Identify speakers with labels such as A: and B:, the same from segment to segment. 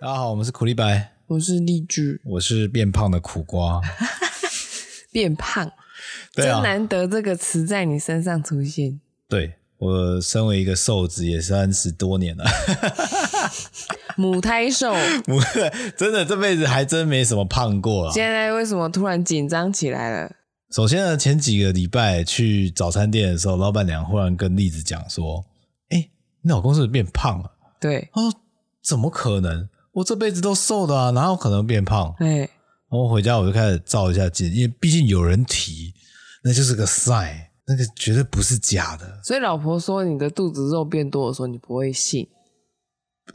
A: 大家好，我们是苦力白，
B: 我是荔枝
A: 我是变胖的苦瓜。
B: 变胖，
A: 对啊
B: 真，难得这个词在你身上出现。
A: 对我身为一个瘦子也三十多年了，
B: 母胎瘦，
A: 不是真的这辈子还真没什么胖过了。
B: 现在为什么突然紧张起来了？
A: 首先呢，前几个礼拜去早餐店的时候，老板娘忽然跟栗子讲说：“哎，你老公是不是变胖了
B: 对？”，
A: 她说：“怎么可能？我这辈子都瘦的啊，哪有可能变胖？”
B: 哎，
A: 然后回家我就开始照一下镜，因为毕竟有人提，那就是个 sign，那个绝对不是假的。
B: 所以老婆说你的肚子肉变多的时候，你不会信。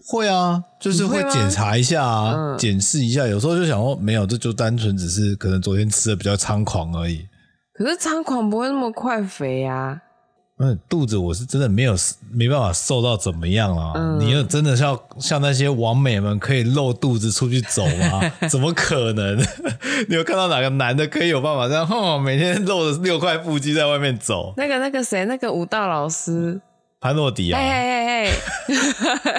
A: 会啊，就是会
B: 你会吗
A: 检查一下啊，
B: 嗯
A: 检视一下。有时候就想说，没有，这就单纯只是可能昨天吃的比较猖狂而已。
B: 可是猖狂不会那么快肥啊。
A: 嗯，肚子我是真的没有没办法瘦到怎么样啊！
B: 嗯
A: 你又真的像像那些王美们可以露肚子出去走 吗？怎么可能？ 你有看到哪个男的可以有办法这样？哼，每天露着六块腹肌在外面走？
B: 那个那个谁，那个舞蹈老师，
A: 潘诺迪啊，
B: 哎哎哎 哎，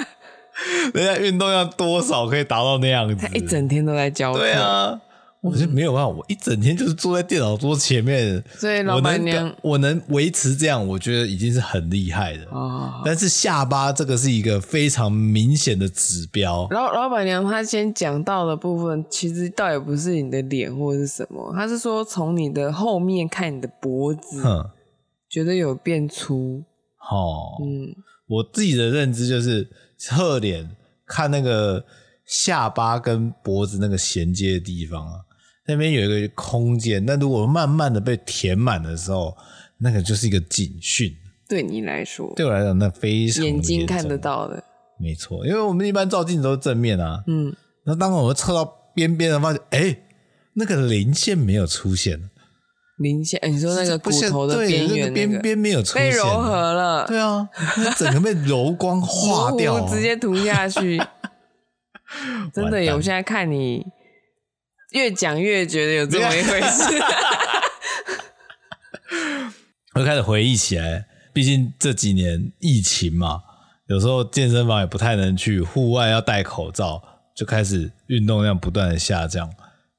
A: 人家运动量多少可以达到那样子
B: 哎他？一整天都在教课。
A: 对，啊，我就没有办法，我一整天就是坐在电脑桌前面，
B: 所以老
A: 我
B: 板
A: 能
B: 娘
A: 表我能维持这样，我觉得已经是很厉害的。
B: 哦，
A: 但是下巴这个是一个非常明显的指标，
B: 老老板娘她先讲到的部分，其实倒也不是你的脸或者是什么，她是说从你的后面看你的脖子，
A: 哼，
B: 觉得有变粗。
A: 哦，
B: 嗯，
A: 我自己的认知就是侧脸看那个下巴跟脖子那个衔接的地方啊，那边有一个空间，那如果慢慢的被填满的时候，那个就是一个警讯。
B: 对你来说，
A: 对我来讲，那非常
B: 眼睛看得
A: 严重，
B: 到的，
A: 没错，因为我们一般照镜子都是正面啊，
B: 嗯，
A: 那当我们测到边边的发现，哎，那个零线没有出现，
B: 零线，呃你说那个骨
A: 不哎是
B: 头的
A: 对
B: 边
A: 那
B: 缘
A: 个
B: 那
A: 边
B: 个
A: 边没有出
B: 被
A: 现，
B: 柔合了，
A: 对啊，那整个被柔光化
B: 模
A: 掉，
B: 糊 直接涂下 去。真
A: 完
B: 的
A: 蛋
B: 有，我现在看你越讲越觉得有这么一回事。
A: 我就开始回忆起来，毕竟这几年疫情嘛，有时候健身房也不太能去，户外要戴口罩，就开始运动量不断的下降，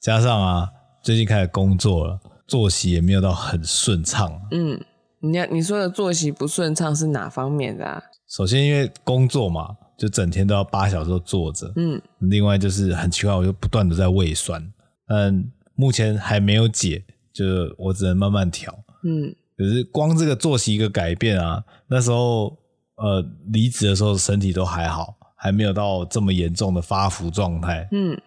A: 加上啊，最近开始工作了，作息也没有到很顺畅啊。
B: 嗯，你要你说的作息不顺畅是哪方面的啊？
A: 首先因为工作嘛，就整天都要八小时都坐着，
B: 嗯。
A: 另外就是很奇怪，我就不断的在胃酸，但目前还没有解，就是我只能慢慢调。
B: 嗯，
A: 可是光这个作息一个改变啊，那时候呃离职的时候身体都还好，还没有到这么严重的发福状态。
B: 嗯，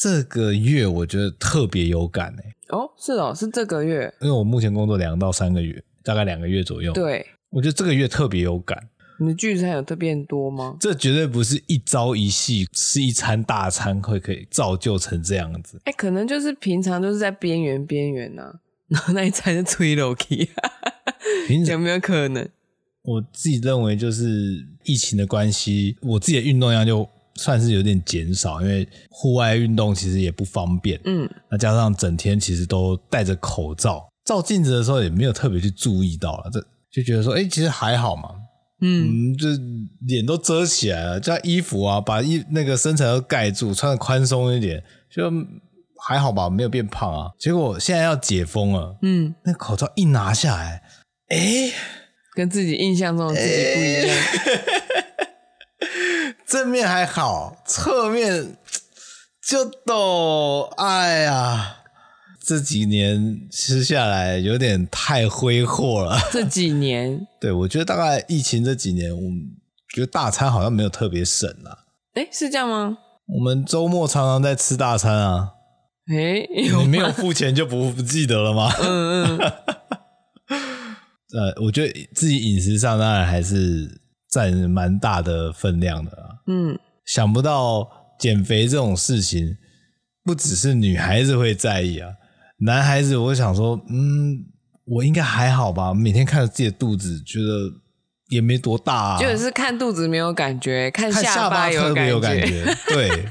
A: 这个月我觉得特别有感哎、
B: 哦，是哦，是这个月，
A: 因为我目前工作两到三个月，大概两个月左右。，
B: 对，
A: 我觉得这个月特别有感，
B: 你的聚餐有特变多吗？
A: 这绝对不是一朝一夕吃一餐大餐会可以造就成这样子。
B: 哎、可能就是平常就是在边缘边缘呐，然后那一餐就吹楼梯，
A: 平
B: 有
A: 常
B: 没有可能？
A: 我自己认为就是疫情的关系，我自己的运动量就算是有点减少，因为户外运动其实也不方便。
B: 嗯，
A: 那加上整天其实都戴着口罩，照镜子的时候也没有特别去注意到了，这就觉得说，哎、其实还好嘛，
B: 嗯，
A: 嗯，就脸都遮起来了，加衣服啊，把衣那个身材都盖住，穿的宽松一点，就还好吧，没有变胖啊。结果现在要解封了，
B: 嗯，
A: 那口罩一拿下来，哎、
B: 跟自己印象中的自己不一样。
A: 正面还好，侧面就抖，哎呀，这几年吃下来有点太挥霍了。
B: 这几年，
A: 对，我觉得大概疫情这几年，我们觉得大餐好像没有特别省啊。
B: 哎、是这样吗？
A: 我们周末常常在吃大餐啊，
B: 哎、有
A: 你没
B: 吗？
A: 有付钱就不不记得了吗？
B: 嗯嗯，
A: 呃，我觉得自己饮食上当然还是占蛮大的分量的啊。
B: 嗯，
A: 想不到减肥这种事情，不只是女孩子会在意啊，男孩子我想说，嗯，我应该还好吧，每天看着自己的肚子，觉得也没多大、啊，
B: 就是看肚子没有感觉，看
A: 看下巴特
B: 有
A: 别有
B: 感
A: 感。觉， 对，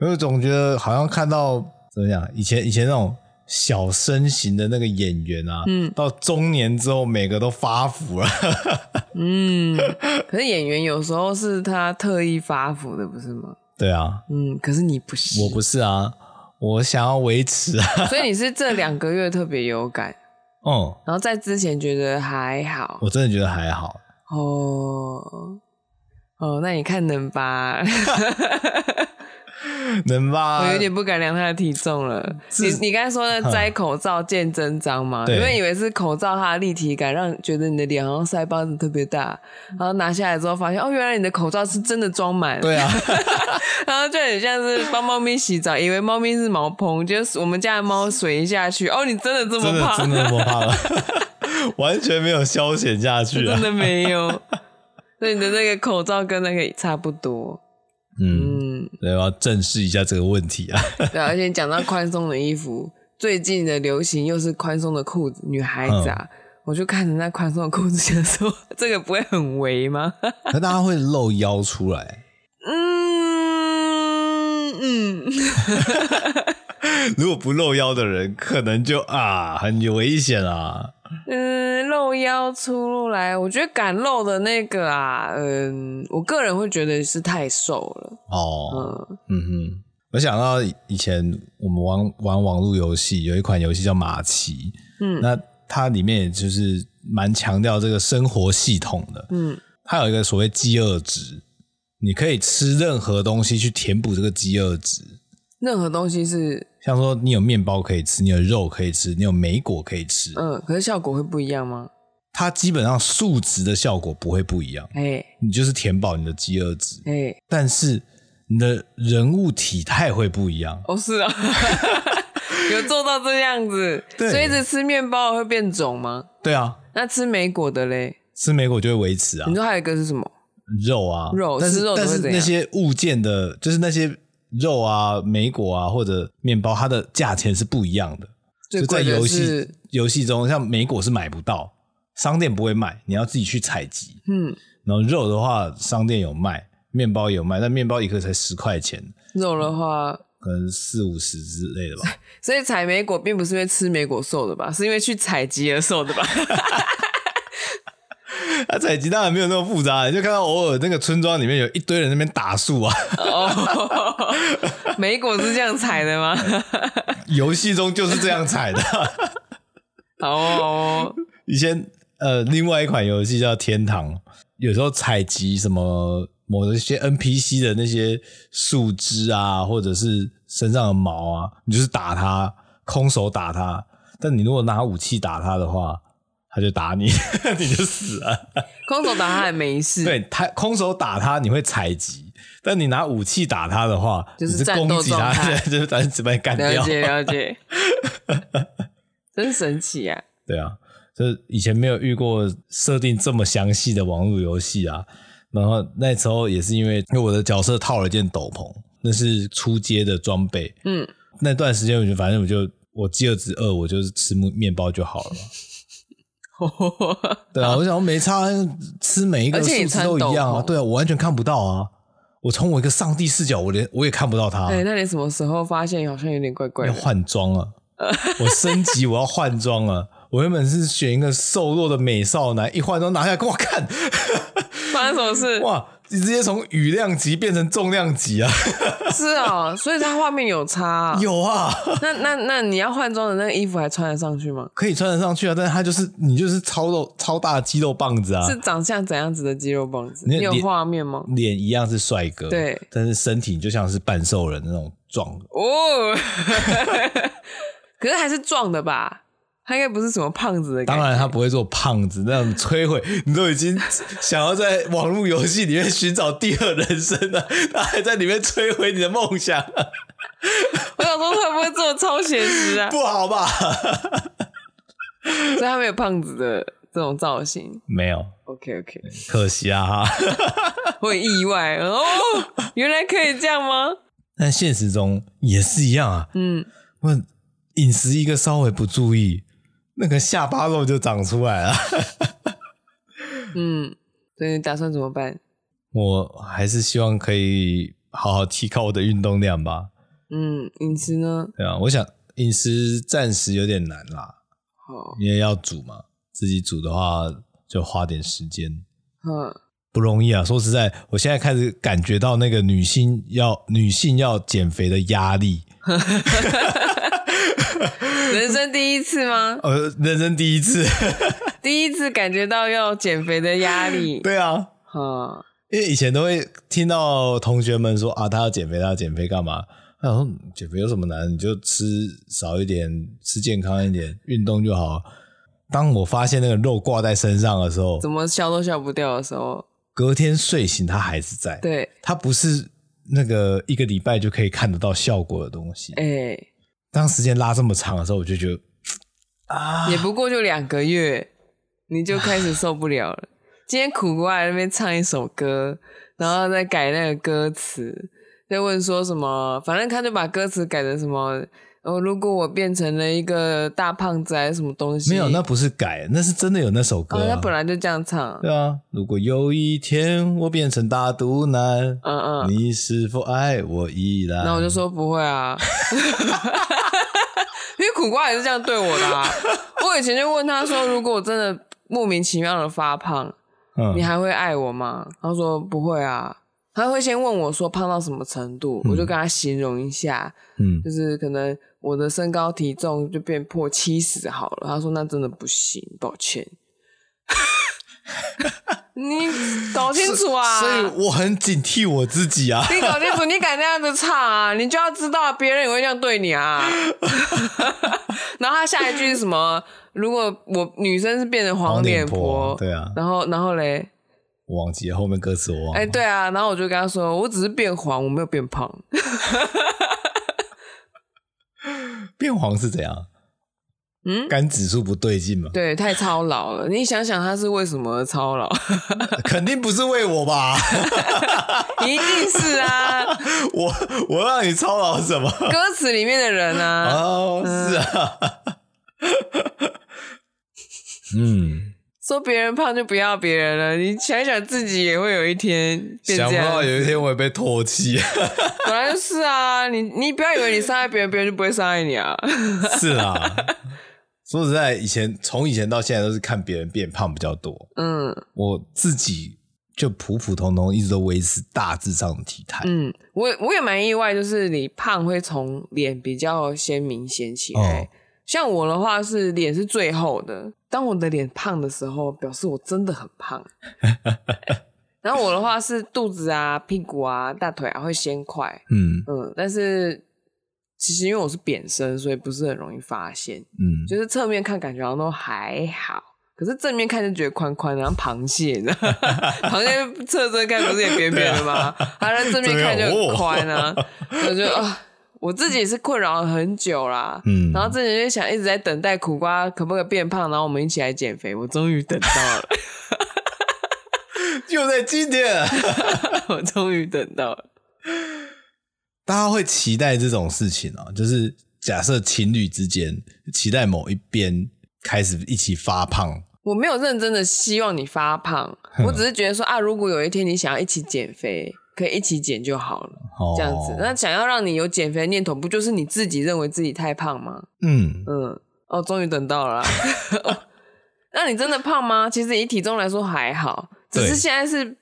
A: 我就总觉得好像看到怎么讲，以前以前那种。小身形的那个演员啊，
B: 嗯
A: 到中年之后，每个都发福了。
B: 嗯，可是演员有时候是他特意发福的，不是吗？
A: 对啊，
B: 嗯，可是你不是，
A: 我不是啊，我想要维持啊。
B: 所以你是这两个月特别有感，
A: 嗯，
B: 然后在之前觉得还好
A: 我真的觉得还好。
B: 哦哦，那你看能
A: 啊
B: 吧？
A: 能吧？
B: 我有点不敢量他的体重了。
A: 是嗯
B: 你你刚才说的摘口罩见真章嘛？
A: 对
B: 原本以为是口罩它的立体感让觉得你的脸好像腮帮子特别大，然后拿下来之后发现哦，原来你的口罩是真的装满。
A: 对啊，
B: 然后就很像是帮猫咪洗澡，以为猫咪是毛蓬，就是我们家的猫水一下去，哦，你真的这
A: 真
B: 么
A: 的
B: 胖？
A: 真的不怕 了，完全没有消遣下去啊
B: 真。的没有。 所以你的那个口罩跟那个差不多，
A: 嗯，
B: 嗯，
A: 对，我要正视一下这个问题 啊。
B: 对啊。而且讲到宽松的衣服，最近的流行又是宽松的裤子，女孩子啊，我就看着那宽松的裤子，想说 这个不会很围吗？
A: 可大家会露腰出来，
B: 嗯嗯，
A: 如果不露腰的人，可能就啊很有危险啊。
B: 嗯，露腰出露来，我觉得敢露的那个啊，嗯，我个人会觉得是太瘦了，
A: 哦，嗯
B: 嗯，
A: 哼，我想到以前我们玩玩网络游戏，有一款游戏叫马奇，
B: 嗯
A: 那它里面也就是蛮强调这个生活系统的，
B: 嗯，
A: 它有一个所谓饥饿值，你可以吃任何东西去填补这个饥饿值。
B: 任何东西是，
A: 像说你有面包可以吃，你有肉可以吃，你有莓果可以吃，
B: 嗯，可是效果会不一样吗？
A: 它基本上数值的效果不会不一样，
B: 哎、
A: 你就是填饱你的饥饿值，
B: 哎、
A: 但是你的人物体态会不一样。
B: 哦，是啊，有做到这样子，
A: 对
B: 所以一直吃面包会变肿吗？
A: 对啊，
B: 那吃莓果的嘞？
A: 吃莓果就会维持啊
B: 你，说还有一个是什么？
A: 肉啊，
B: 肉
A: 但
B: 吃
A: 是
B: 肉的
A: 但
B: 会
A: 是
B: 怎样
A: 那些物件的，就是那些肉啊、莓果啊或者面包，它的价钱是不一样的。
B: 最
A: 就在
B: 贵的
A: 游
B: 是
A: 戏，游戏中，像莓果是买不到，商店不会卖，你要自己去采集。
B: 嗯，
A: 然后肉的话，商店有卖，面包有卖，但面包一个才十块钱，
B: 肉的话，
A: 可能四五十之类的 吧。
B: 所以采莓果并不是因为吃莓果瘦的吧？是因为去采集而瘦的吧？
A: 啊，采集当然没有那么复杂，你就看到偶尔那个村庄里面有一堆人在那边打树啊，
B: 哦， 莓果是这样采的吗？
A: 游戏中就是这样采的。
B: 好哦好哦，
A: 以前呃，另外一款游戏叫《天堂》，有时候采集什么某一些 NPC 的那些树枝啊，或者是身上的毛啊，你就是打它，空手打它。但你如果拿武器打它的话，它就打你， 你就死了。
B: 空手打他也没事，
A: 对，它空手打它，你会采集。但你拿武器打它的话，
B: 就是
A: 你是
B: 战斗
A: 攻击它
B: 状，态
A: 对 就是它只把你干
B: 了
A: 掉。
B: 解了解，真神奇啊！
A: 对啊，就是以前没有遇过设定这么详细的网络游戏啊。然后那时候也是因为因为我的角色套了一件斗篷，那是出街的装备。
B: 嗯，
A: 那段时间我就反正我就我饥饿之饿，我就是吃面包就 好了嘛。对啊，我想我没差，吃每一个
B: 而且
A: 数
B: 你
A: 值都
B: 穿
A: 一样
B: 斗
A: 啊。
B: 篷
A: 对啊，我完全看不到啊。我从我一个上帝视角，我连我也看不到啊他。
B: 哎、那你什么时候发现好像有点怪怪
A: 要
B: 的？
A: 换装了，我升级，我要换装了。我原本是选一个瘦弱的美少男，一换装拿下来，给我看，
B: 发生什么事？
A: 哇，你直接从羽量级变成重量级啊！
B: 是哦，所以它画面有差 啊、
A: 有啊，
B: 那那那你要换装的那个衣服还穿得上去吗？
A: 可以穿得上去啊，但是他就是你就是超肉超大的肌肉棒子啊，
B: 是长相怎样子的肌肉棒子？
A: 你
B: 你
A: 的
B: 有
A: 脸
B: 画面吗？
A: 脸一样是帅哥，
B: 对
A: 但是身体就像是半兽人那种壮，
B: 哦， 可是还是壮的吧？他应该不是什么胖子的感
A: 当
B: 觉。
A: 然他不会做胖子那种摧毁， 你都已经想要在网络游戏里面寻找第二人生了，他还在里面摧毁你的梦想、啊
B: 我想说，会不会做超写实 啊？
A: 不好吧？
B: 所以他没有胖子的这种造型。
A: 没有，
B: OK OK，
A: 可惜啊哈。
B: 我很意外哦，原来可以这样吗？
A: 但现实中也是一样啊，
B: 嗯，
A: 我饮食一个稍微不注意，那个下巴肉就长出来了。
B: 嗯，所以你打算怎么办？
A: 我还是希望可以好好提高我的运动量吧。
B: 嗯，饮食呢？
A: 对啊，我想饮食暂时有点难啦，
B: 好，
A: 因为要煮嘛，自己煮的话就花点时间。
B: 嗯，
A: 不容易啊！说实在，我现在开始感觉到那个女性要女性要减肥的压力。
B: 人生第一次吗？
A: 呃，人生第一次，
B: 第一次感觉到要减肥的压力。
A: 对啊，
B: 嗯，
A: 因为以前都会听到同学们说啊，他要减肥，他要减肥干嘛？他想说嗯减肥有什么难？你就吃少一点，吃健康一点，运动就好。啊当我发现那个肉挂在身上的时候，
B: 怎么消都消不掉的时候，
A: 隔天睡醒它还是在，
B: 对，
A: 它不是那个一个礼拜就可以看得到效果的东西。
B: 哎、
A: 当时间拉这么长的时候，我就觉得啊，
B: 也不过就两个月，你就开始受不了了。今天苦瓜在那边唱一首歌，然后再改那个歌词，再问说什么，反正他就把歌词改成什么。哦，如果我变成了一个大胖子还是什么东西？
A: 没有，那不是改，那是真的有那首歌、
B: 哦，
A: 啊。
B: 他本来就这样唱。
A: 对啊，如果有一天我变成大肚腩，
B: 嗯嗯，
A: 你是否爱我依然？
B: 那我就说不会啊， 因为苦瓜也是这样对我的啊。我以前就问他说，如果我真的莫名其妙的发胖，
A: 嗯
B: 你还会爱我吗？他说不会啊。他会先问我说胖到什么程度，我就跟他形容一下，
A: 嗯
B: 就是可能我的身高体重就变破七十好了。他说那真的不行，抱歉。 你搞清楚啊！
A: 所以我很警惕我自己啊。
B: 你搞清 楚，你敢那样子唱啊，你就要知道别人也会这样对 你啊。然后他下一句是什么？如果我女生是变成 黄
A: 黄脸
B: 脸
A: 婆对啊
B: 然后然后嘞，
A: 我忘记了后面歌词，我忘了。
B: 哎、对啊，然后我就跟他说，我只是变黄，我没有变胖。
A: 变黄是怎样？
B: 嗯，
A: 肝指数不对劲嘛？
B: 对，太操劳了。你想想他是为什么而操劳？
A: 肯定不是为我 吧？
B: 一定是啊，
A: 我我让你操劳什么？
B: 歌词里面的人啊，
A: 哦，是啊。 嗯，
B: 说别人胖就不要别人了。你想想自己也会有一天变
A: 想
B: 这
A: 不
B: 样
A: 到。有一天我也被唾 弃。
B: 本来就是啊，你你不要以为你伤害别人，别人就不会伤害你啊。
A: 是啦，说实在，以前从以前到现在都是看别人变胖比较多，
B: 嗯
A: 我自己就普普通通，一直都维持大致上的体态。哦
B: 嗯，我也我也蛮意外，就是你胖会从脸比较先明显起来。
A: 哦
B: 像我的话是脸是最厚的，当我的脸胖的时候，表示我真的很胖。然后我的话是肚子啊、屁股啊、大腿啊会先快，
A: 嗯
B: 嗯，但是其实因为我是扁身，所以不是很容易发现。
A: 嗯，
B: 就是侧面看感觉好像都还好，可是正面看就觉得宽宽的，像螃蟹，你知道吗？螃蟹侧身看不是也扁扁的吗？它在正面看就很宽啊，我就啊。我自己是困扰了很久啦，
A: 嗯
B: 然后之前就想一直在等待苦瓜可不可以变胖，然后我们一起来减肥。我终于等到了，
A: 就在今天，
B: 我终于等到了。
A: 大家会期待这种事情啊，就是假设情侣之间期待某一边开始一起发胖，
B: 我没有认真的希望你发胖，我只是觉得说啊，如果有一天你想要一起减肥，可以一起减就好了。
A: 哦
B: 这样子。那想要让你有减肥的念头，不就是你自己认为自己太胖吗？
A: 嗯，
B: 嗯，哦，终于等到了 啊、那你真的胖吗？其实以体重来说还好，只是
A: 对
B: 现在是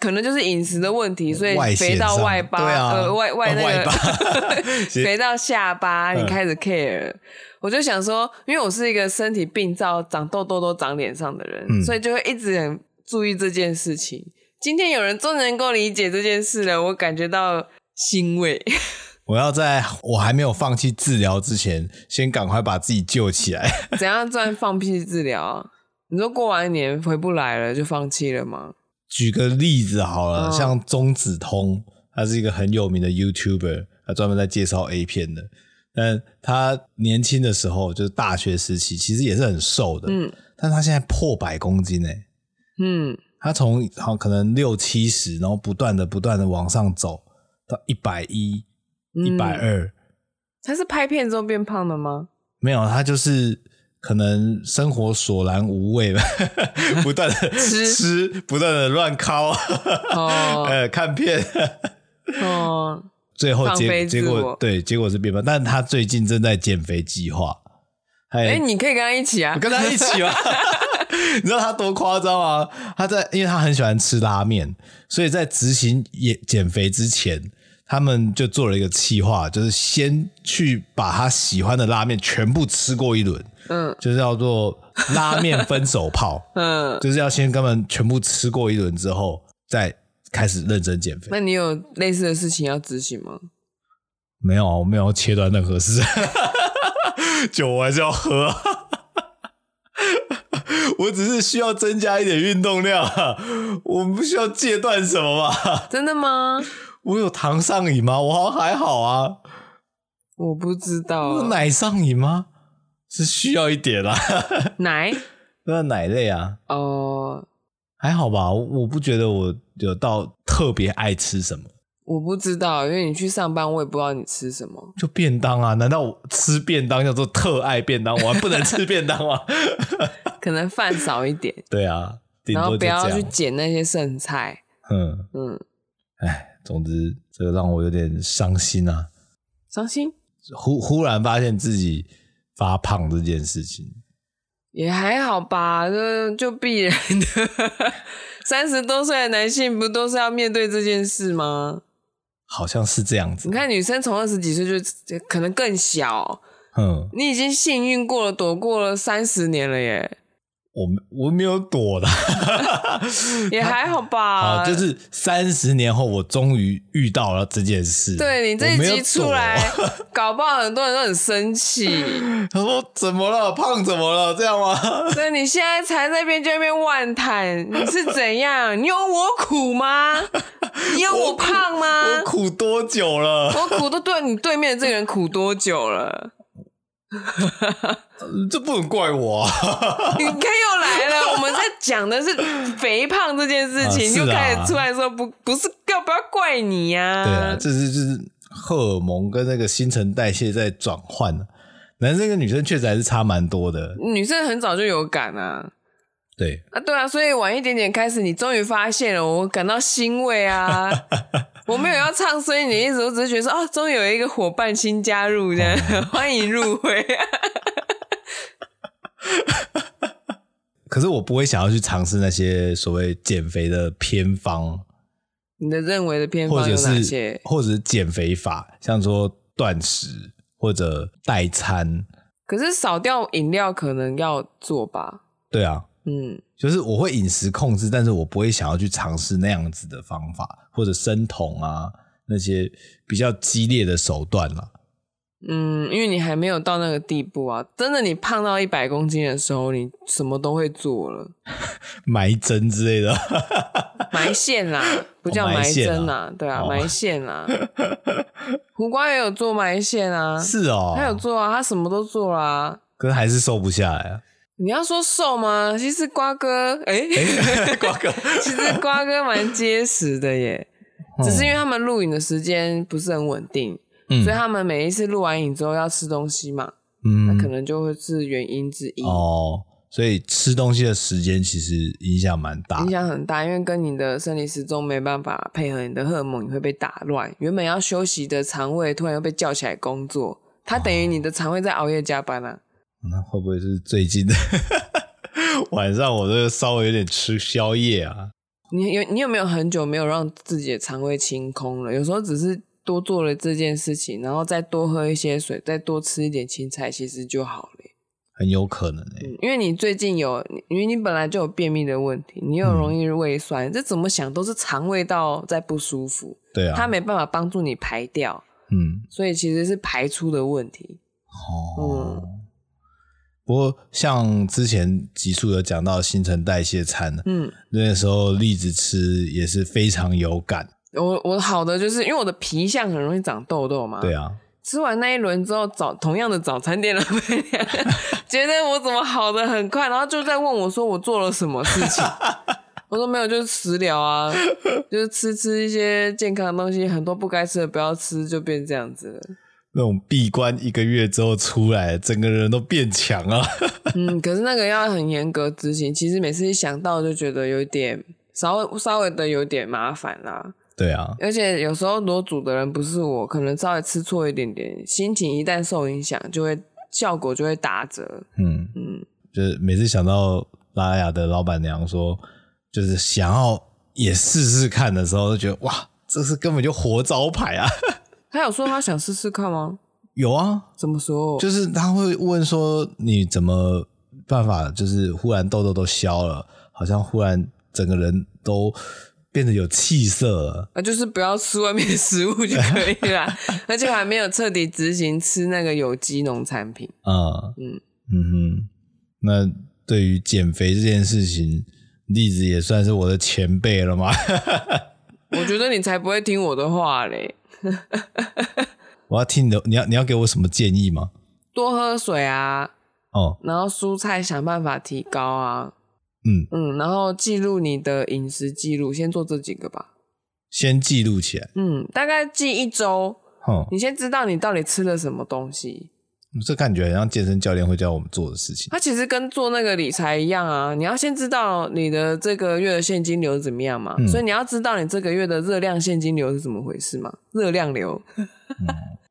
B: 可能就是饮食的问题，所以
A: 外显
B: 肥到
A: 上
B: 外八，
A: 对啊
B: 呃，外外那
A: 外
B: 个
A: 八其实
B: 肥到下巴，你
A: 嗯
B: 开始 care 了。我就想说，因为我是一个身体病灶，长痘痘都长脸上的人，
A: 嗯
B: 所以就会一直很注意这件事情。今天有人终于能够理解这件事了，我感觉到欣慰。
A: 我要在我还没有放弃治疗之前，先赶快把自己救起来。
B: 怎样算放屁治疗啊？你说过完年回不来了就放弃了吗？
A: 举个例子好了，
B: 嗯
A: 像钟子通，他是一个很有名的 YouTuber，他专门在介绍 A 片的。但他年轻的时候，就是大学时期，其实也是很瘦的，
B: 嗯
A: 但他现在破百公斤诶、
B: 嗯，
A: 他从好可能六七十，然后不断的不断的往上走到一百一、
B: 嗯
A: 一百二，
B: 他是拍片之后变胖的吗？
A: 没有，他就是可能生活索然无味 吧，不断的
B: 吃
A: 吃，不断的乱敲，
B: 哦
A: 呃，看片，
B: 哦，
A: 最后
B: 放
A: 结
B: 飞
A: 结
B: 自
A: 果
B: 我
A: 对，结果是变胖，但他 最近正在减肥计划，哎、
B: 哎、你可以跟他一起啊
A: 我，跟他一起吧，你知道他多夸张吗？他在，因为他很喜欢吃拉面，所以在执行也减肥之前，他们就做了一个计划，就是先去把他喜欢的拉面全部吃过一轮，
B: 嗯
A: 就是叫做拉面分手炮，
B: 嗯，
A: 就是要先跟他们全部吃过一轮之后，再开始认真减肥。
B: 那你有类似的事情要执行吗？
A: 没有啊，我没有要切断任何事， 酒我还是要喝、 啊。我只是需要增加一点运动量、啊，我不需要戒断什么吧？
B: 真的吗？
A: 我有糖上瘾吗？我好像还好啊。
B: 我不知
A: 我有
B: 道
A: 奶上瘾吗？是需要一点啦、啊
B: 奶
A: 那奶类啊，
B: 哦，
A: 还好吧。我我不觉得我有到特别爱吃什么，
B: 我不知道，因为你去上班，我也不知道你吃什么。
A: 就便当啊。难道我吃便当叫做特爱便当？我还不能吃便当吗？
B: 可能饭少一点，
A: 对啊，顶
B: 然
A: 多
B: 后
A: 就
B: 不
A: 这样
B: 要。去捡那些剩菜。
A: 嗯。
B: 嗯，
A: 哎，总之这个让我有点伤心啊！
B: 伤心
A: 忽忽然发现自己发胖这件事情，
B: 也还好吧，就就必然的。三十多岁的男性不都是要面对这件事吗？
A: 好像是这样子。
B: 你，看女生从二十几岁就可能更小，
A: 嗯，
B: 你已经幸运过了，躲过了三十年了耶，
A: 我没我没有躲的，
B: 也还好吧。
A: 啊，就是三十年后，我终于遇到了这件事。
B: 对你这
A: 我
B: 一
A: 没有
B: 集出来，啊搞不好很多人都很生 气。
A: 躲， 他说怎么了？胖怎么了？这样吗？
B: 所以你现在才在那边就在那边万谈，你是怎样？你有我苦 吗？你有我胖吗
A: 我？苦多久了？
B: 我苦都对你对面的这个人苦多久了？
A: 这不能怪我 啊！
B: 你看又 来了，我们在讲的是肥胖这件事情，
A: 啊
B: 你
A: 是啊
B: 就开始出来说不不是要不要怪你呀、
A: 对啊，这是就是荷尔蒙跟那个新陈代谢在转换啊男生跟女生确实还是差蛮多的。
B: 女生很早就有感啊。
A: 对，
B: 啊，对啊，所以晚一点点开始，你终于发现了，我感到欣 慰啊！我没有要唱衰你的意思，我只是觉得说，啊，终于有一个伙伴新加入，这样、
A: 哦
B: 欢迎入会。
A: 可是我不会想要去尝试那些所谓减肥的偏方，
B: 你的认为的偏
A: 或
B: 方
A: 者
B: 有哪
A: 是
B: 些？
A: 或者是减肥法，像说断食或者代餐，
B: 可是少掉饮料可能要做吧？
A: 对啊，
B: 嗯，
A: 就是我会饮食控制，但是我不会想要去尝试那样子的方法，或者生酮啊那些比较激烈的手段啦。
B: 嗯，因为你还没有到那个地步啊！真的，你胖到一百公斤的时候，你什么都会做了，
A: 埋针之类的，
B: 啊埋线 啦，不叫
A: 哦埋线
B: 针
A: 啊
B: 啦，对啊，
A: 哦
B: 埋线啦。胡瓜也有做埋 线啊，
A: 是哦，
B: 他有做啊，他什么都做啦、
A: 可是还是瘦不下来 啊。
B: 你要说瘦吗？其实瓜哥，诶，
A: 瓜哥，
B: 其实瓜哥蛮结实的耶，
A: 哦
B: 只是因为他们录影的时间不是很稳定，
A: 嗯
B: 所以他们每一次录完影之后要吃东西嘛，那
A: 嗯
B: 可能就会是原因之一，
A: 哦，所以吃东西的时间其实影响蛮大
B: 影响很大，因为跟你的生理时钟没办法配合，你的荷尔蒙你会被打乱，原本要休息的肠胃突然又被叫起来工作，它等于你的肠胃在熬夜加班啊。
A: 那会不会是最近的 晚上我都稍微有点吃宵夜啊？
B: 你有你有没有很久没有让自己的肠胃清空了？有时候只是多做了这件事情，然后再多喝一些水，再多吃一点青菜，其实就好了耶。
A: 很有可能欸诶、
B: 嗯，因为你最近有，你因为你本来就有便秘的问题，
A: 嗯
B: 你又容易胃酸，这怎么想都是肠胃道在不舒服，
A: 对
B: 它
A: 啊，
B: 没办法帮助你排掉，
A: 嗯，
B: 所以其实是排出的问题。
A: 哦，不过像之前集数有讲到新陈代谢餐，
B: 嗯，
A: 那时候栗子吃也是非常有感，
B: 我我好的就是因为我的皮相很容易长痘痘嘛，
A: 对啊，
B: 吃完那一轮之后，早同样的早餐店老 板娘觉得我怎么好的很快，然后就在问我说我做了什么事情。我说没有，就是食疗啊，就是吃吃一些健康的东西，很多不该吃的不要吃，就变这样子了。
A: 那种闭关一个月之后出来，整个人都变强啊，
B: 嗯，可是那个要很严格执行，其实每次一想到就觉得有点稍微稍微的有点麻烦啦。
A: 对啊，
B: 而且有时候裸煮的人不是我，可能稍微吃错一点点，心情一旦受影响，就会效果就会打折。
A: 嗯，
B: 嗯。
A: 就是每次想到拉雅的老板娘说，就是想要也试试看的时候，就觉得哇，这是根本就活招牌啊！
B: 他有说他想试试看吗？
A: 有啊，
B: 什么时候？
A: 就是他会问说你怎么办法，就是忽然痘痘都消了，好像忽然整个人都变得有气色了。
B: 啊，就是不要吃外面的食物就可以啦，而且还没有彻底执行吃那个有机农产品。
A: 嗯
B: 嗯
A: 嗯哼，那对于减肥这件事情，栗子也算是我的前辈了嘛。
B: 我觉得你才不会听我的话嘞，
A: 我要听你的，你要你要给我什么建议吗？
B: 多喝水啊，
A: 哦，
B: 然后蔬菜想办法提高啊，
A: 嗯，
B: 嗯，然后记录你的饮食记录，先做这几个吧。
A: 先记录起来。
B: 嗯，大概记一周，
A: 哦，
B: 你先知道你到底吃了什么东西。
A: 这感觉很像健身教练会教我们做的事情。
B: 它其实跟做那个理财一样啊，你要先知道你的这个月的现金流是怎么样嘛，
A: 嗯
B: 所以你要知道你这个月的热量现金流是怎么回事嘛，热量流。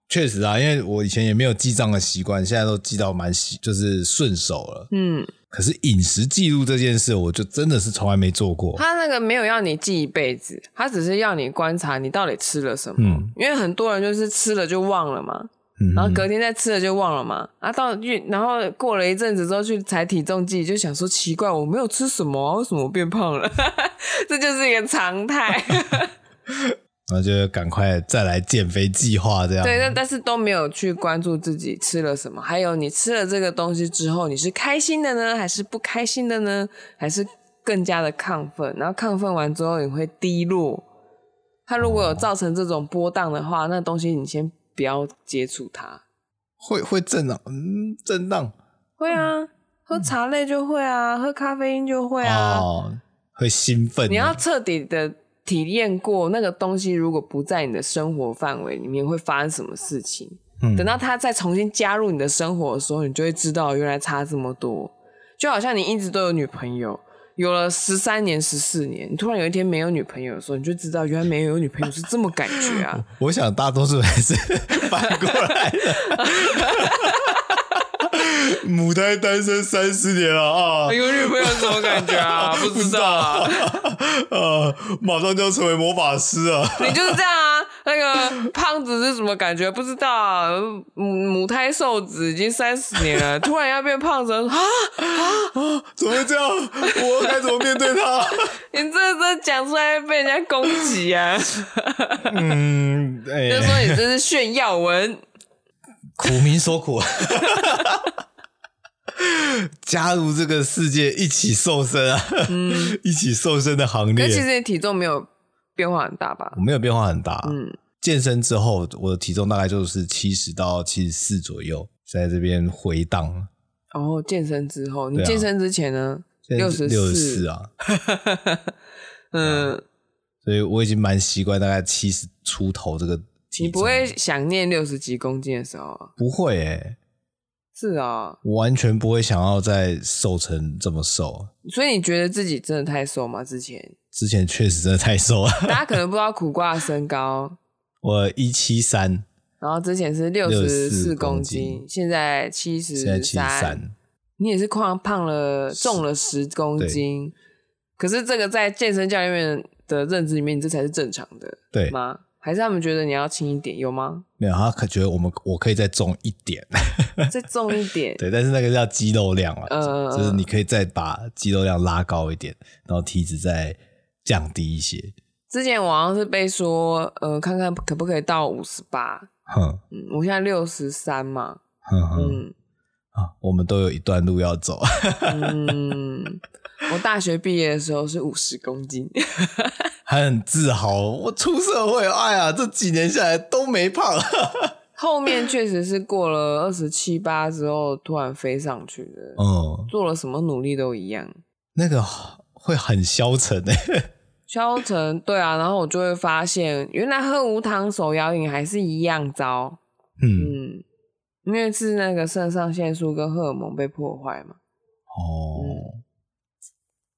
A: 确实啊，因为我以前也没有记账的习惯，现在都记到蛮习，就是顺手了。
B: 嗯，
A: 可是饮食记录这件事，我就真的是从来没做过。
B: 他那个没有要你记一辈子，他只是要你观察你到底吃了什么，
A: 嗯
B: 因为很多人就是吃了就忘了嘛，
A: 嗯
B: 然后隔天再吃了就忘了嘛，啊，到月然后过了一阵子之后去踩体重计，就想说奇怪，我没有吃什么、啊，为什么我变胖了？ 这就是一个常态，
A: 然后就赶快再来减肥计划这样。
B: 对，但但是都没有去关注自己吃了什么，还有你吃了这个东西之后，你是开心的呢，还是不开心的呢？还是更加的亢奋？然后亢奋完之后，你会低落。它如果有造成这种波荡的话，那东西你先不要接触它。
A: 会会震荡，嗯，震荡
B: 会啊，
A: 嗯
B: 喝茶类就会啊，喝咖啡因就会啊。
A: 哦，会兴奋。
B: 你要彻底的体验过那个东西，如果不在你的生活范围里面，会发生什么事情？
A: 嗯
B: 等到它再重新加入你的生活的时候，你就会知道原来差这么多。就好像你一直都有女朋友，有了十三年、十四年，你突然有一天没有女朋友的时候，你就知道原来没有女朋友是这么感觉啊！
A: 我想大多数还是 反过来的。母胎单身三十年了啊！
B: 有女朋友什么感觉啊？嗯 不知道啊，
A: 呃，马上就要成为魔法师啊！
B: 你就是这样啊。那个胖子是什么感觉？不知道、啊。母母胎瘦子已经三十年了，突然要变胖子啊！
A: 怎么会这样？我该怎么面对他？
B: 你这这讲出来被人家攻击 啊！
A: 嗯，哎、
B: 就说你这是炫耀文。
A: 苦民所苦， 加入这个世界一起瘦身啊，一起瘦身的行
B: 嗯可是其
A: 列。
B: 实你体重没有变化很大吧
A: 我？没有变化很大，啊
B: 嗯
A: 健身之后我的体重大概就是七十到七十四左右，在这边回荡。
B: 然后健身之后，你
A: 对啊
B: 健身之前呢？六十
A: 六十四，啊，
B: 嗯，
A: 所以我已经蛮习惯大概七十出头这个体重。
B: 你不会想念六十几公斤的时候啊？
A: 不会诶、
B: 是啊，
A: 我完全不会想要再瘦成这么瘦。
B: 所以你觉得自己真的太瘦吗？之前
A: 之前确实真的太瘦了，
B: 大家可能不知道苦瓜的身高，
A: 我一七三，
B: 然后之前是六十四
A: 64
B: 公
A: 公
B: 斤
A: 斤，
B: 现在七
A: 现在
B: 十
A: 七十
B: 三，
A: 三。
B: 你也是胖胖了，重了十公斤。可是这个在健身教练面的认知里面，你这才是正常的
A: 对，
B: 吗？还是他们觉得你要轻一点？有吗？
A: 没有，他可觉得我们我可以再重一点，
B: 再重一点。
A: 对，但是那个叫肌肉量啊，
B: 嗯
A: 就是你可以再把肌肉量拉高一点，然后体脂再降低一些。
B: 之前我好像是被说，呃，看看可不可以到五十八。
A: 哼
B: 嗯，我现在六十三嘛。
A: 哼哼、
B: 嗯
A: 啊，我们都有一段路要走。
B: 嗯，我大学毕业的时候是五十公斤，
A: 还很自豪，我出社会，哎呀，这几年下来都没胖。
B: 后面确实是过了二十七八之后突然飞上去的，
A: 嗯，
B: 做了什么努力都一样。
A: 那个会很消沉欸诶、
B: 消沉，对啊，然后我就会发现，原来喝无糖手摇饮还是一样糟，
A: 嗯，
B: 嗯，因为是那个肾上腺素跟荷尔蒙被破坏嘛，
A: 哦，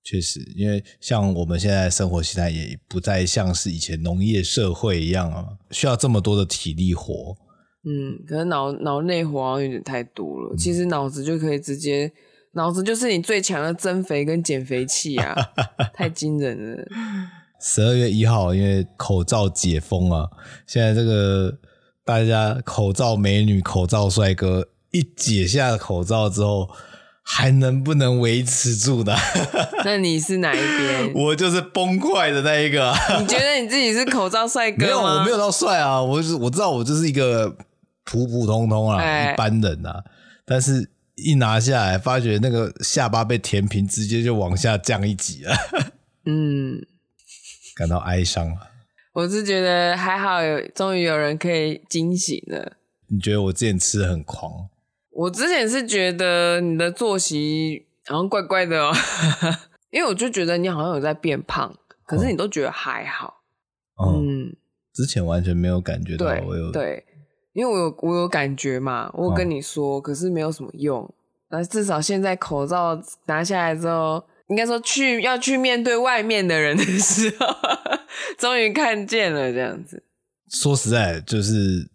A: 确实，因为像我们现在生活形态也不再像是以前农业社会一样啊，需要这么多的体力活。嗯
B: 嗯，可能脑脑内活好像有点太多了，其实脑子就可以直接脑子就是你最强的增肥跟减肥器啊，太惊人了。
A: 十二月一号，因为口罩解封啊，现在这个大家口罩美女、口罩帅哥一解下口罩之后，还能不能维持住呢？
B: 那你是哪一边？
A: 我就是崩溃的那一个啊。
B: 你觉得你自己是口罩帅哥吗？
A: 没有，我没有到帅啊，我就是我知道我就是一个普普通通啊，
B: 哎
A: 一般人啊，但是。一拿下来，发觉那个下巴被填平，直接就往下降一级了，
B: 嗯，
A: 感到哀伤啊了。
B: 我是觉得还好有，终于有人可以惊醒了。
A: 你觉得我之前吃的很狂？
B: 我之前是觉得你的作息好像怪怪的哦， 因为我就觉得你好像有在变胖，可
A: 哦
B: 是你都觉得还好。
A: 嗯，
B: 嗯，
A: 之前完全没有感觉到
B: 对
A: 我有
B: 对，因为我有我有感觉嘛，我有跟
A: 嗯
B: 你说，可是没有什么用。那至少现在口罩拿下来之后，应该说去要去面对外面的人的时候， 终于看见了这样子。
A: 说实在，就是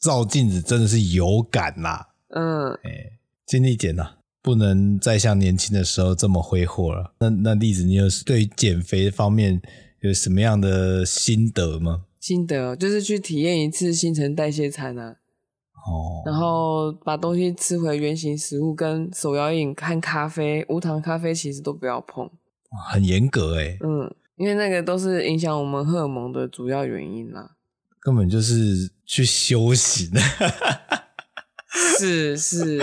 A: 照镜子真的是有感啦，
B: 嗯，
A: 哎尽力减啦，不能再像年轻的时候这么挥霍了。那那栗子，你有对于减肥方面有什么样的心得吗？
B: 心得哦就是去体验一次新陈代谢餐啊。
A: 哦，
B: 然后把东西吃回原形食物，跟手摇饮、和咖啡、无糖咖啡其实都不要碰，
A: 很严格哎、
B: 嗯，因为那个都是影响我们荷尔蒙的主要原因啦。
A: 根本就是去修行，
B: 是是，因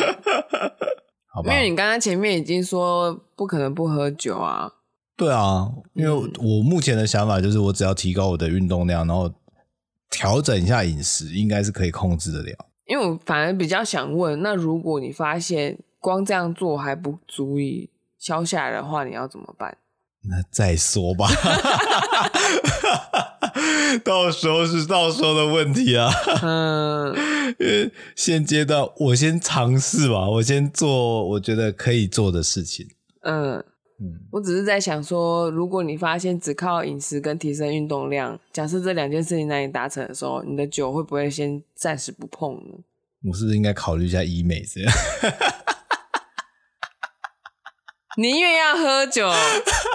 A: 好吧？
B: 为你刚刚前面已经说不可能不喝酒啊，
A: 对啊，因为
B: 嗯
A: 我目前的想法就是，我只要提高我的运动量，然后调整一下饮食，应该是可以控制得了。
B: 因为我反而比较想问，那如果你发现光这样做还不足以消下来的话，你要怎么 办？
A: 那再说吧， 到时候是到时候的问题啊。
B: 嗯
A: 因为现阶段我先尝试吧，我先做我觉得可以做的事情。
B: 嗯。
A: 嗯，
B: 我只是在想说，如果你发现只靠饮食跟提升运动量，假设这两件事情难以达成的时候，你的酒会不会先暂时不碰 呢？
A: 我是不是应该考虑一下医美这样？
B: 宁愿要喝酒，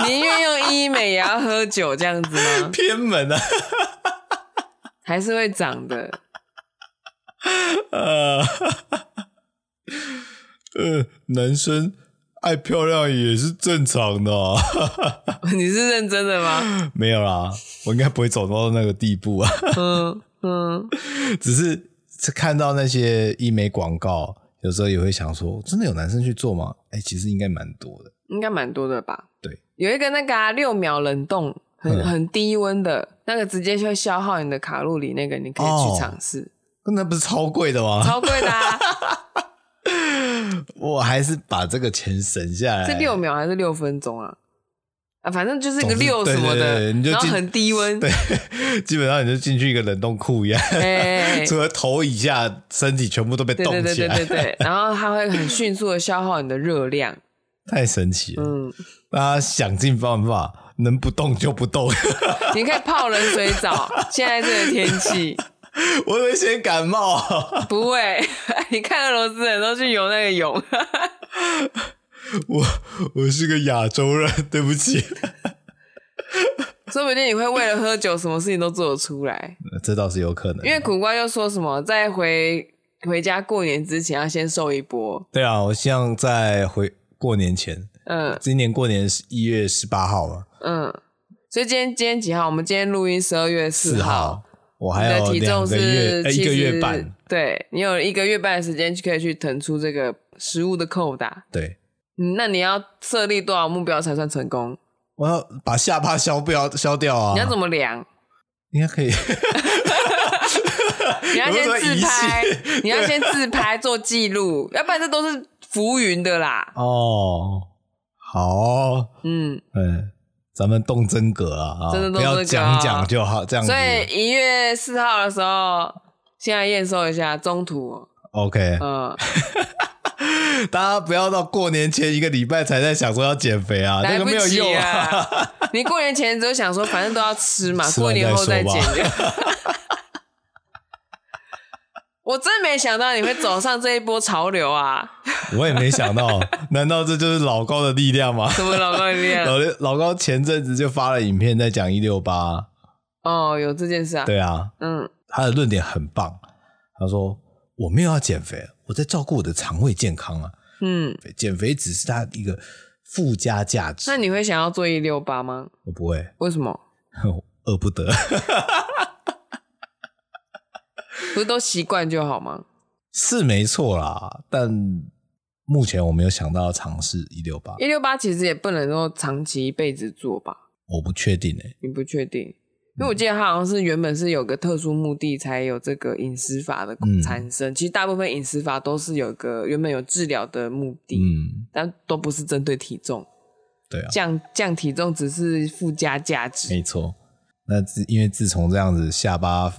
B: 宁愿用医美也要喝酒，这样子吗？
A: 偏门啊！
B: 还是会长的。
A: 呃，呃，男生爱漂亮也是正常的啊、
B: 你是认真的吗？
A: 没有啦，我应该不会走到那个地步啊。
B: 嗯嗯，
A: 只是看到那些医美广告，有时候也会想说，真的有男生去做吗？哎、其实应该蛮多的。
B: 应该蛮多的吧？
A: 对，
B: 有一个那个啊六、秒冷冻，很
A: 嗯
B: 很低温的那个，直接就会消耗你的卡路里，那个你可以
A: 哦
B: 去尝试，
A: 那不是超贵的吗？
B: 超贵的、啊，
A: 我还是把这个钱省下来。
B: 是六秒还是六分钟啊？啊，反正就是
A: 总
B: 个
A: 之
B: 六什么
A: 对对
B: 的，
A: 对你就
B: 然后
A: 进
B: 很低温，
A: 对， 基本上你就进去一个冷冻库一样，
B: 哎，
A: 除了头以下，身体全部都被
B: 对对
A: 冻
B: 对
A: 起
B: 对
A: 来，
B: 对对，然后它会很迅速的消耗你的热量，
A: 太神奇了。
B: 嗯，
A: 大家想尽办法，能不动就不动。
B: 你可以泡冷水澡，现在这个天气
A: 我会先感冒，
B: 不会， 你看俄罗斯人都去游那个泳，
A: 我我是个亚洲人，对不起，
B: 说不定你会为了喝酒什么事情都做得出来，
A: 这倒是有可能。
B: 因为苦瓜又说什么在回回家过年之前要先瘦一波，
A: 对啊，我希望在回过年前，
B: 嗯
A: 今年过年一月十八号嘛，
B: 嗯，所以今天今天几号？我们今天录音十二月
A: 四
B: 四号
A: 号。，我还
B: 你的
A: 有
B: 体重
A: 两个月
B: 是、
A: 呃一个月
B: 70
A: 半，，
B: 对你有一个月半的时间去可以去腾出这个食物的扣打。
A: 对，
B: 嗯，那你要设立多少目标才算成功？
A: 我要把下巴消掉消掉啊！
B: 你要怎么量？
A: 应该可以。
B: 你要
A: 有没
B: 先
A: 有什么
B: 自
A: 仪
B: 拍
A: 器，
B: 你要先自拍做记 录，要不然这都是浮云的啦。
A: 哦，好，
B: 嗯，
A: 嗯，咱们动真格啊，啊
B: 真的动
A: 不要
B: 真格啊
A: 讲讲就好，这样子
B: 所以一月四号的时候，先来验收一下中途哦。
A: OK。
B: 嗯，
A: 大家不要到过年前一个礼拜才在想说要减肥啊，那
B: 来
A: 个
B: 不
A: 没有
B: 及
A: 用啊。
B: 啊！ 你过年前只有想说，反正都要吃嘛，
A: 吃
B: 过
A: 完
B: 年后
A: 再
B: 再
A: 说
B: 减
A: 吧
B: 掉。 我真没想到你会走上这一波潮流啊！
A: 我也没想 到，难道这就是老高的力量吗？
B: 什么老高力 量？
A: 老老高前阵子就发了影片在讲一六八，
B: 哦，有这件事啊。
A: 对啊，
B: 嗯，
A: 他的论点很棒。他说我没有要减肥，我在照顾我的肠胃健康啊，
B: 嗯，
A: 减肥只是他一个附加价值。
B: 那你会想要做一六八吗？
A: 我不会，
B: 为什么？
A: 我饿不得。
B: 不是都习惯就好吗？
A: 是没错啦，但目前我没有想到要尝试一六八，
B: 一六八其实也不能够长期一辈子做吧？
A: 我不确定诶、欸
B: 你不确定，因为我
A: 嗯
B: 记得它好像是原本是有个特殊目的才有这个饮食法的
A: 嗯
B: 产生。其实大部分饮食法都是有一个原本有治疗的目的，
A: 嗯，
B: 但都不是针对体重，
A: 对啊，
B: 降降体重只是附加价值。
A: 没错。那自因为自从这样子下巴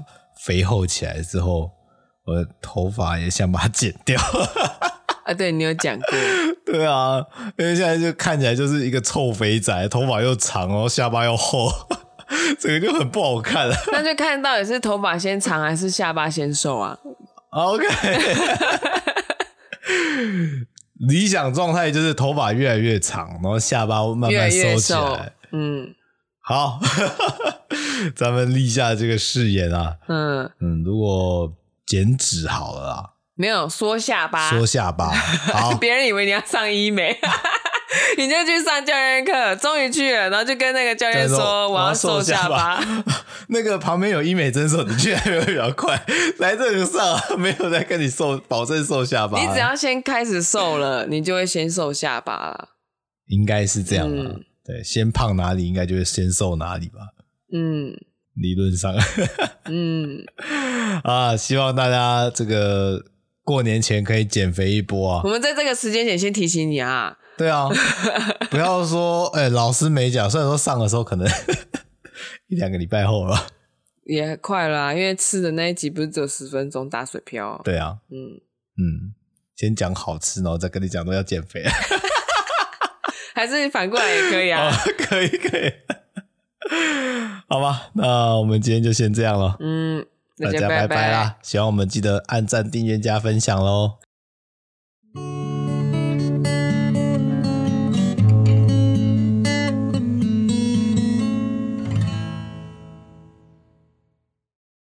A: 肥厚起来之后，我的头发也想把它剪掉。
B: 啊，对你有讲过，
A: 对啊，因为现在就看起来就是一个臭肥仔，头发又长，然后下巴又厚， 整个就很不好看了。
B: 那就看到底是头发先长还是下巴先瘦啊？
A: OK，理想状态就是头发越来越长，然后下巴慢
B: 越来
A: 慢
B: 越
A: 收起来。
B: 瘦，嗯
A: 好， 咱们立下这个誓言啊，
B: 嗯，
A: 嗯，如果减脂好了啦，
B: 没有缩下巴，
A: 缩下 巴，好，
B: 别人以为你要上医美， 你就去上教练课，终于去了，然后就跟那个教练
A: 再
B: 说
A: 说
B: 我
A: 我
B: 要
A: 要
B: 瘦
A: 瘦下
B: 巴
A: 巴， 那个旁边有医美诊所，你去那边会比较快， 来这个上啊 没有在跟你瘦，保证瘦下巴，
B: 你只要先开始瘦了，你就会先瘦下巴了。
A: 应该是这样啊，
B: 嗯
A: 对，先胖哪里应该就会先瘦哪里吧，
B: 嗯
A: 理论上。
B: 嗯，
A: 啊，希望大家这个过年前可以减肥一波啊
B: 我！们在这个时间点先提醒你啊，
A: 对 啊，不要说哎、老师没讲，虽然说上的时候可能 一两个礼拜后了。
B: 也快啦、因为吃的那一集不是只有十分钟打水漂，
A: 对啊，
B: 嗯，
A: 嗯，先讲好吃，然后再跟你讲都要减肥。
B: 还是反过来也可以
A: 啊
B: 啊。，
A: 可以可以， 好吧，那我们今天就先这样了，
B: 嗯，
A: 大
B: 那就
A: 家拜
B: 拜
A: 啦！喜欢我们记得按赞、订阅、加分享喽，